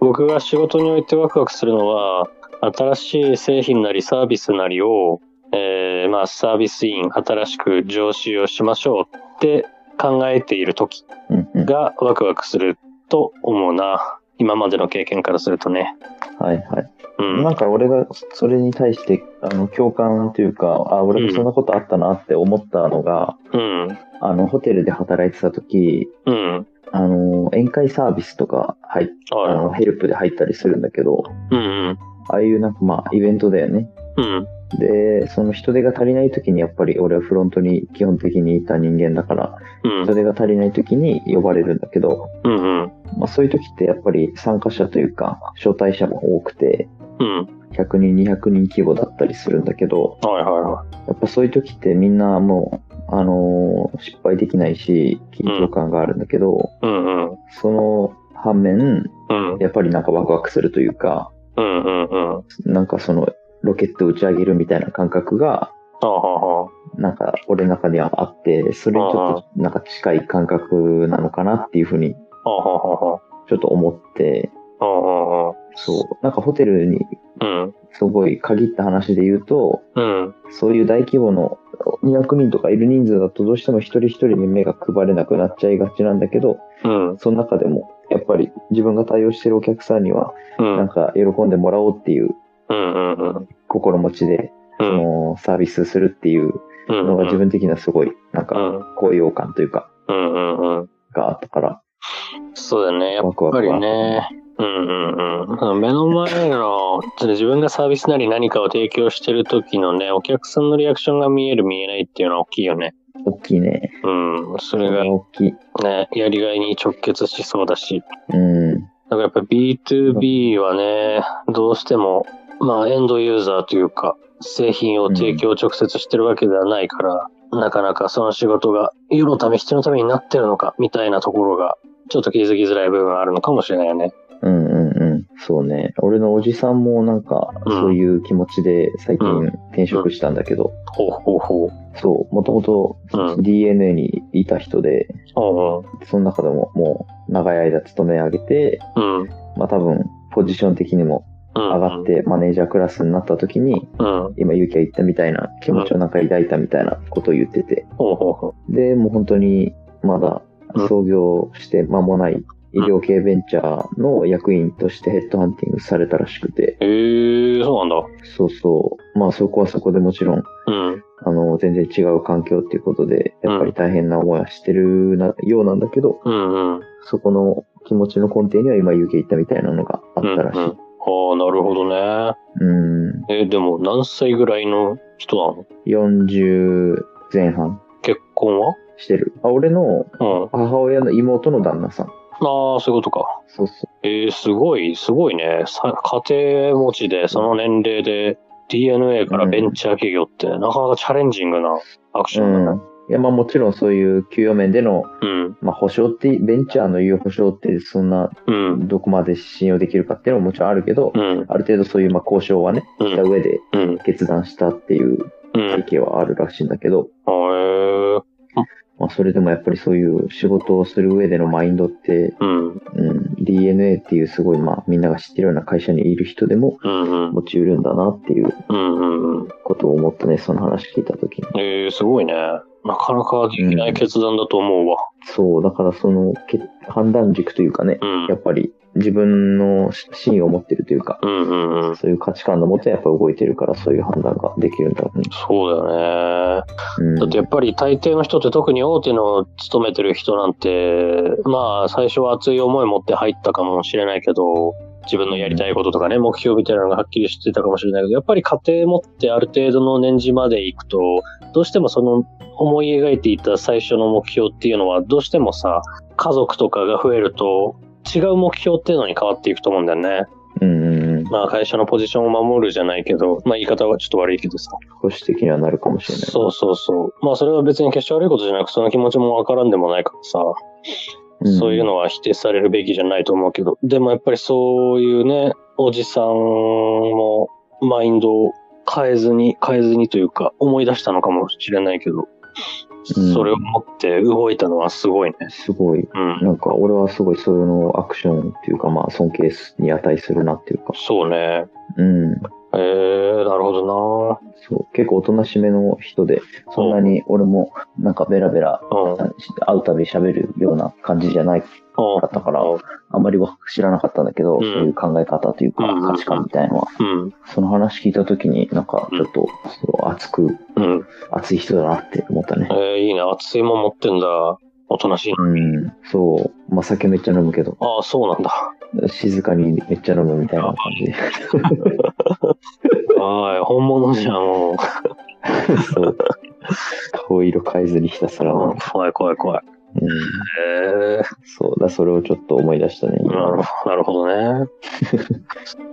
僕が仕事においてワクワクするのは、新しい製品なりサービスなりを、えー、まあ、サービスイン、新しく上司をしましょうって考えている時うんうん。がワクワクすると思うな。今までの経験からするとね。はいはい。うん。なんか俺がそれに対して、あの、共感というか、あ、俺もそんなことあったなって思ったのが、うん。あの、ホテルで働いてた時、うん。あの、宴会サービスとか入っあはの、ヘルプで入ったりするんだけど、い。うんああいうなんかまあ、イベントだよね。うん。うん。で、その人手が足りない時にやっぱり俺はフロントに基本的にいた人間だから、うん人。手が足りない時に呼ばれるんだけど、うん。うん。まあそういう時ってやっぱり参加者というか、招待者も多くて、うん。 100人、200人規模だったりするんだけど、はいはいはやっぱそういう時ってみんなもう、あのー失敗できないし、緊張感があるんだけど、い。うんうん。その反面、うん。やっぱりなんかワクワクするというか、うんうんうん。はなんかそのロケット打ち上げるみたいな感覚が、あはなんか俺の中にはあって、それにちょっとなんか近い感覚なのかなっていうふうにあはあ。はあはあはちょっと思って、あ。はあはそう、なんかホテルにあ。うん。すごい限った話で言うと、うん。そういう大規模の200人とかいる人数だとどうしても一人一人に目が配れなくなっちゃいがちなんだけど、うん。その中でもやっぱり自分が対応してるお客さんにはう。なんんか喜んでもらおうっていううんうんうん。心持ちで、うあん。のサービスするっていううん。のが自分的にはすごい、なんうか、ん。高揚感というか、うんうんうん。があったから、そうだね。やっワクワクぱは。りね。うんうんうん。目の前の、自分がサービスなり何かを提供してる時のね、お客さんのリアクションが見える見えないっていうのは大きいよね。大きいね。うん。それが大きい。ね、やりがいに直結しそうだし。うん。だからやっぱ B2B はね、どうしても、まあエンドユーザーというか、製品を提供を直接してるわけではないから、なかなかその仕事が世のため人のためになってるのか、みたいなところが、ちょっと気づきづらい部分があるのかもしれないよね。うんうんうん。そうね。俺のおじさんもなんか、うんそういう気持ちで最近う転職したんだけど、ほうほうほう。そう、もともとうん DNA にいた人で、うんその中でももう長い間勤め上げて、うん。うん。まあ多分、ポジション的にも上がっ。てマネージャークラスになった時に、うん。今、ゆうきが言ったみたいな気持ちをなんか抱いたみたいなことを言ってて、ほうほうほで、もう本当にまだうん創業して間もない医療系ベンチャーの役員としてヘッドハンティングされたらしくて、う。へえー、そうなんだ。そうそう、まあそこはそこでもちろん、うん。あの、全然違う環境っていうことで、やっぱり大変な思いはしてるな、ようなんだけど、うんうん。そこの気持ちの根底には今 UK 行ったみたいなのがあっうん、うん。たらしい。ああ、なるほどね。うん、えでも何歳ぐらいの人なの40前半結婚はしてる。あ、俺のうん。母親の妹の旦那さん。ああ、そういうことか。そうそえー、すごい、すごいね。さ家庭持ちで、その年齢で DNA からベンチャー企業って、なかなかチャレンジングなアクシう。ョうンだんね。。いや、まあもちろんそういう給与面でのうん。まあ、保証って、ベンチャーの言う保証って、そんな、うん。どこまで信用できるかっていうのももちろんあるけど、うん。ある程度そういう、まあ、交渉はね、うんした上でうん。決断したっていううん。背景はあるらしいんだけど、へーまあ、それでもやっぱりそういう仕事をする上でのマインドって、うん。うん、DNA っていうすごい、まあ、みんなが知ってるような会社にいる人でもうん。うん。持ちうるんだなっていううん。うん。うん。ことを思ったね、その話聞いた時に。えー、すごいね。なかなかできない決断だと思うわ。そう、だからその、け判断軸というかね、うん。やっぱり自分の芯を持ってるというか、うん。うん。うん。そういう価値観のもとやっぱ動いてるからそういう判断ができるんだろうね。そうだよね。うん、だってやっぱり大抵の人って特に大手の勤めてる人なんて、まあ最初は熱い思い持って入ったかもしれないけど、自分のやりたいこととかね、目標みたいなのがはっきりしてたかもしれないけど、やっぱり家庭持ってある程度の年次まで行くと、どうしてもその思い描いていた最初の目標っていうのは、どうしてもさ、家族とかが増えると、違う目標っていうのに変わっていくと思うんだよね。うんうんうん。まあ会社のポジションを守るじゃないけど、まあ言い方はちょっと悪いけどさ。保守的にはなるかもしれない。そうそうそう。まあそれは別に決して悪いことじゃなく、その気持ちもわからんでもないからさ、んそういう。のは否定されるべきじゃないと思うけど、でもやっぱりそういうね、おじさんもマインドを変えずに、変えずにというか、思い出したのかもしれないけど、うんそれを持って動いたのはすごいね。すごい。うん。なんか、俺はすごい、それのアクションっていうか、まあ、尊敬に値するなっていうか。そうね。うん。えー、なるほどそう。結構おとなしめの人で、そんなに俺も、なんかベラベラ、なうん。うん。会うたび喋るような感じじゃないかったから、あんまりは知らなかったんだけど、んそういう考え方というか、うん価値観みたいのは、うん。その話聞いたときに、なんか、ちょっと、そう熱く、うん。熱い人だなって思ったねえ。ー、いいね。熱いもん持ってんだ。おとなしいな。うん。そう。まあ、酒めっちゃ飲むけど、ああ、そうなんだ。静かにめっちゃ飲むみたいな感じ。はい、本物じゃん、もう。そう。顔色変えずにひたすら飲む。怖い怖い怖い。うん。えー、そうだ、それをちょっと思い出したね、な今。るほどなるほどね。